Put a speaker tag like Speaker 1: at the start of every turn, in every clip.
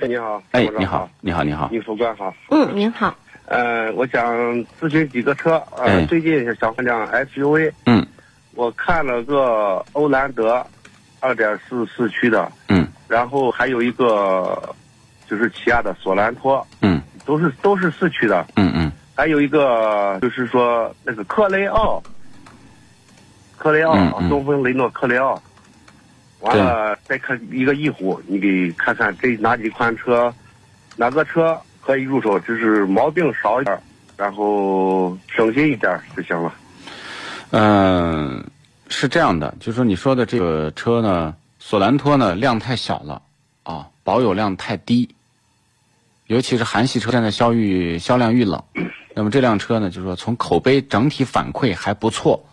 Speaker 1: 哎，你好”。。
Speaker 2: 哎
Speaker 1: 董事，长
Speaker 2: 你好，，你好，你好。
Speaker 1: 女副官好。
Speaker 3: 嗯，您好。
Speaker 1: 呃，我想咨询几个车。呃，
Speaker 2: 哎
Speaker 1: 最近是想换辆 SUV，
Speaker 2: 嗯
Speaker 1: 我看了个欧蓝德，二点四四驱的，
Speaker 2: 嗯
Speaker 1: 然后还有一个就是起亚的索兰托，
Speaker 2: 嗯
Speaker 1: 都是都是四驱的，
Speaker 2: 嗯嗯
Speaker 1: 还有一个就是说那个克雷奥，克雷奥，
Speaker 2: 嗯嗯
Speaker 1: 东风雷诺克雷奥。完了，再看一个翼虎，你给看看这哪几款车，哪个车可以入手，就是毛病少一点儿，然后省心一点儿就行了。
Speaker 2: 嗯、是这样的，就是说你说的这个车呢，索兰托呢量太小了啊，保有量太低，尤其是韩系车现在销遇销量遇冷，那么这辆车呢，就是说从口碑整体反馈还不错，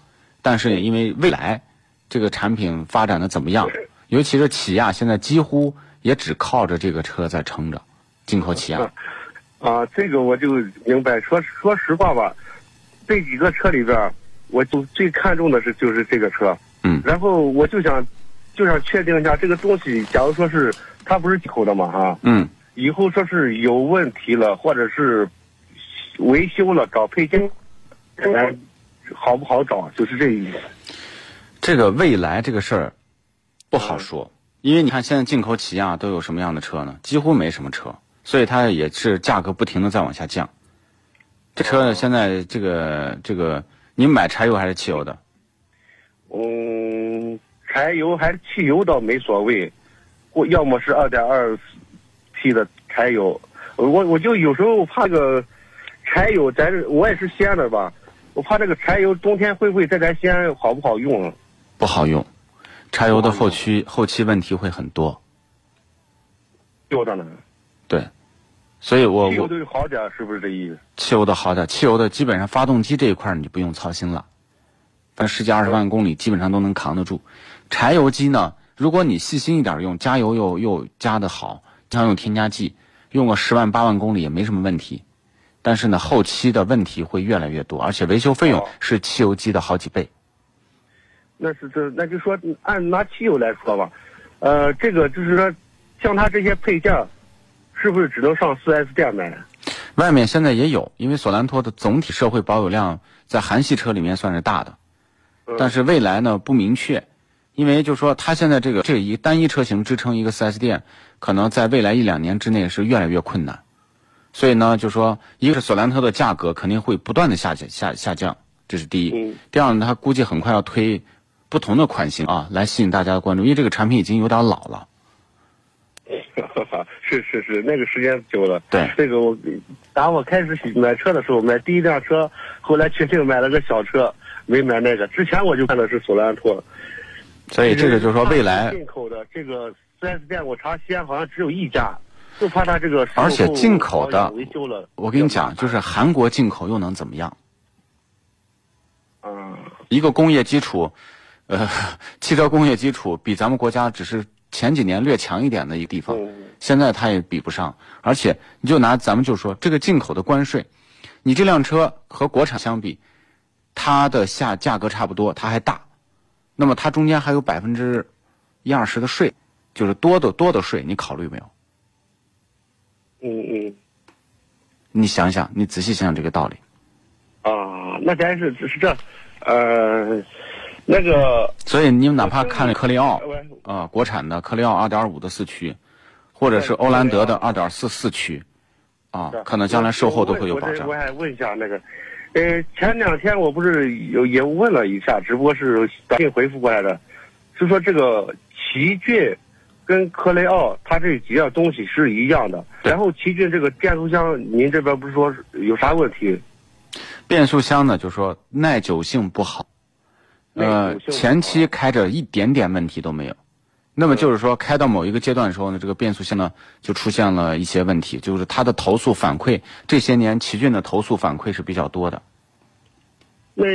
Speaker 2: 但是因为未来这个产品发展的怎么样，尤其是起亚现在几乎也只靠着这个车在撑着，进口起亚，
Speaker 1: 啊，这个我就明白。说说实话吧，这几个车里边儿，我就最看重的是就是这个车。
Speaker 2: 嗯
Speaker 1: 然后我就想，就想确定一下这个东西，假如说是它不是进口的嘛，哈、
Speaker 2: 嗯
Speaker 1: 以后说是有问题了，或者是维修了，找配件，嗯好不好找？就是这意思。
Speaker 2: 这个未来这个事儿不好说，因为你看现在进口起亚都有什么样的车呢？几乎没什么车，所以它也是价格不停的在往下降。这车现在这个这个，你买柴油还是汽油的？
Speaker 1: 嗯，柴油还是汽油倒没所谓，或要么是二点二 T 的柴油。我我就有时候怕个柴油，咱是我也是西安的吧，我怕这个柴油冬天会不会在咱西安好不好用？啊
Speaker 2: 不好用，柴油的后期后期问题会很多。
Speaker 1: 有的呢，
Speaker 2: 对，所以我
Speaker 1: 汽油
Speaker 2: 哦我
Speaker 1: 都好点儿，是不是这意思？
Speaker 2: 汽油的好点，汽油的基本上发动机这一块儿你就不用操心了，反正十几二十万公里基本上都能扛得住。柴油机呢，如果你细心一点用，加油又又加的好，经常用添加剂，用个十万八万公里也没什么问题。但是呢，后期的问题会越来越多，而且维修费用
Speaker 1: 哦
Speaker 2: 是汽油机的好几倍。
Speaker 1: 那是这，那就说按拿汽油来说吧，呃，这个就是说，像它这些配件儿，是不是只能上四 S 店买？啊
Speaker 2: 外面现在也有，因为索兰托的总体社会保有量在韩系车里面算是大的，
Speaker 1: 嗯
Speaker 2: 但是未来呢不明确，因为就说它现在这个这一单一车型支撑一个 4S 店，可能在未来一两年之内是越来越困难，所以呢就说一个是索兰托的价格肯定会不断的下降下下降，这是第一。
Speaker 1: 嗯
Speaker 2: 第二呢，它估计很快要推不同的款型啊来吸引大家的关注，因为这个产品已经有点老了。
Speaker 1: 啊是是是，那个时间久了。
Speaker 2: 对
Speaker 1: 这个我打我开始买车的时候，买第一辆车，后来确定买了个小车，没买那个。之前我就看的是索兰托，
Speaker 2: 所以这个就是说未来
Speaker 1: 进口的这个四 S 店，我查西安好像只有一家，就怕它这个售后
Speaker 2: 而且进口的
Speaker 1: 保养维修了。
Speaker 2: 我跟你讲，就是韩国进口又能怎么样？
Speaker 1: 嗯，
Speaker 2: 一个工业基础，呃， 汽车工业基础比咱们国家只是前几年略强一点的一个地方，
Speaker 1: 嗯
Speaker 2: 现在它也比不上。而且你就拿咱们就说这个进口的关税，你这辆车和国产相比，它的下价格差不多，它还大，那么它中间还有百分之一二十的税，就是多的多的税，你考虑没有？
Speaker 1: 嗯嗯。
Speaker 2: 你想想，你仔细想想这个道理。
Speaker 1: 啊，那咱是是这，呃，那个
Speaker 2: 所以你们哪怕看科雷奥
Speaker 1: 呃喂
Speaker 2: 啊、国产的科雷奥2.5的四驱，或者是欧蓝德的2.4四驱，啊，可能将来售后都会有保障
Speaker 1: 我。我还问一下那个，呃，前两天我不是有也问了一下，只不过是短信回复过来的，就说这个奇骏跟科雷奥它这几样东西是一样的，然后奇骏这个变速箱，您这边不是说是有啥问题？
Speaker 2: 变速箱呢，就说耐久性不好，
Speaker 1: 耐久性
Speaker 2: 呃
Speaker 1: 不，好
Speaker 2: 前期开着一点点问题都没有，那么就是说，开到某一个阶段的时候呢，这个变速箱呢就出现了一些问题，就是它的投诉反馈，这些年奇骏的投诉反馈是比较多的。
Speaker 1: 那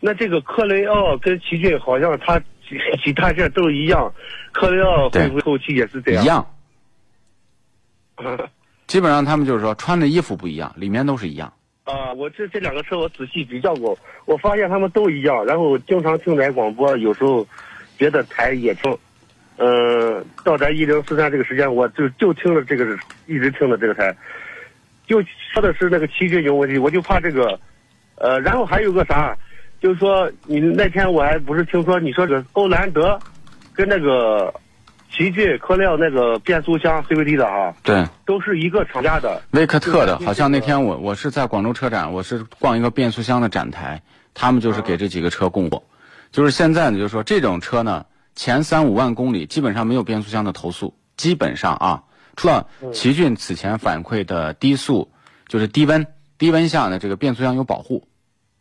Speaker 1: 那这个克雷奥跟奇骏好像它其其他事儿都一样，克雷奥会
Speaker 2: 对
Speaker 1: 不会后期也是这样？
Speaker 2: 一样，基本上他们就是说穿的衣服不一样，里面都是一样。
Speaker 1: 啊，我这这两个车我仔细比较过，我发现他们都一样。然后我经常听咱广播，有时候别的台也听。呃，到咱一零四三这个时间，我就就听了这个，一直听了这个台，就说的是那个奇骏有问题，我就怕这个。呃，然后还有个啥，就是说你那天我还不是听说你说这个欧蓝德跟那个奇骏科雷傲那个变速箱 CVT 的啊，
Speaker 2: 对，
Speaker 1: 都是一个厂家的。
Speaker 2: 威克特的，
Speaker 1: 对
Speaker 2: 好像那天我我是在广州车展，我是逛一个变速箱的展台，他们就是给这几个车供货。就是现在呢，就是说这种车呢，前三五万公里基本上没有变速箱的投诉，基本上啊，除了奇骏此前反馈的低速，就是低温，低温下呢这个变速箱有保护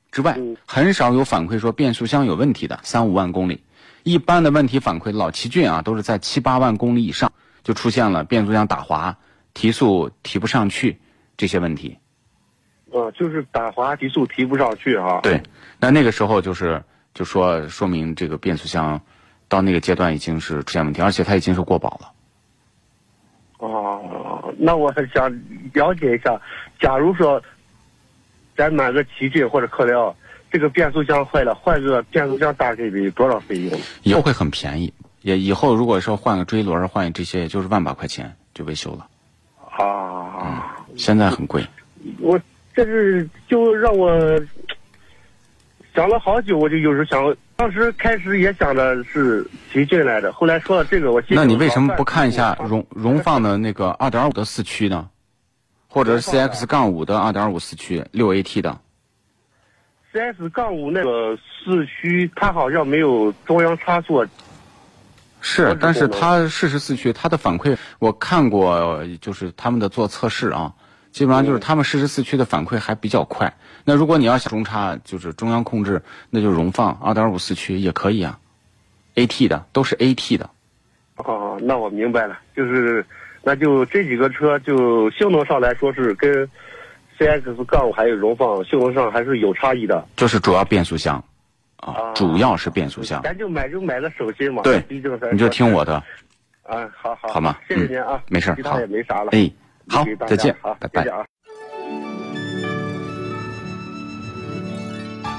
Speaker 2: 之外
Speaker 1: 嗯，
Speaker 2: 很少有反馈说变速箱有问题的，三五万公里。一般的问题反馈，老奇骏啊都是在七八万公里以上就出现了变速箱打滑、提速提不上去这些问题。
Speaker 1: 呃，就是打滑提速提不上去啊。
Speaker 2: 对，那那个时候就是就说说明这个变速箱到那个阶段已经是出现问题，而且它已经是过保了。
Speaker 1: 哦，那我想了解一下，假如说咱买个奇骏或者克雷奥，这个变速箱坏了，换个变速箱大概得多少费用？
Speaker 2: 以后会很便宜，也以后如果说换个追轮儿换这些，也就是万把块钱就维修了，
Speaker 1: 啊，
Speaker 2: 现在很贵。
Speaker 1: 我这是就让我想了好久，我就有时候想，当时开始也想的是奇骏来着，后来说到这个，我啊
Speaker 2: 那你为什么不看一下荣荣放的那个二点五的四驱呢？或者是 CX 杠五的二点五四驱六 AT 的？
Speaker 1: CS 杠五那个四驱？它好像没有中央差速我
Speaker 2: 是
Speaker 1: 只，
Speaker 2: 但是
Speaker 1: 懂了
Speaker 2: 它适时四驱，它的反馈我看过，就是他们的做测试啊，基本上
Speaker 1: 嗯
Speaker 2: 就是他们适时四驱的反馈还比较快。那如果你要想中差，就是中央控制，那就荣放二点五四驱也可以啊，AT 的都是 AT 的。
Speaker 1: 哦，那我明白了，就是那就这几个车就性能上来说是跟 CX 杠还有荣放性能上还是有差异的。
Speaker 2: 就是主要变速箱，啊
Speaker 1: 啊，
Speaker 2: 主要是变速箱。
Speaker 1: 咱就买就买个省心嘛。
Speaker 2: 对
Speaker 1: 毕竟咱
Speaker 2: 你就听我的，
Speaker 1: 啊，好好
Speaker 2: 好吗
Speaker 1: 谢谢您啊，
Speaker 2: 嗯没事
Speaker 1: 其他也
Speaker 2: 好
Speaker 1: 没啥了。
Speaker 2: 哎，
Speaker 1: 就
Speaker 2: 好
Speaker 1: 给，大家，
Speaker 2: 再见
Speaker 1: 好，，
Speaker 2: 拜
Speaker 1: 谢
Speaker 2: 拜
Speaker 1: 谢。啊。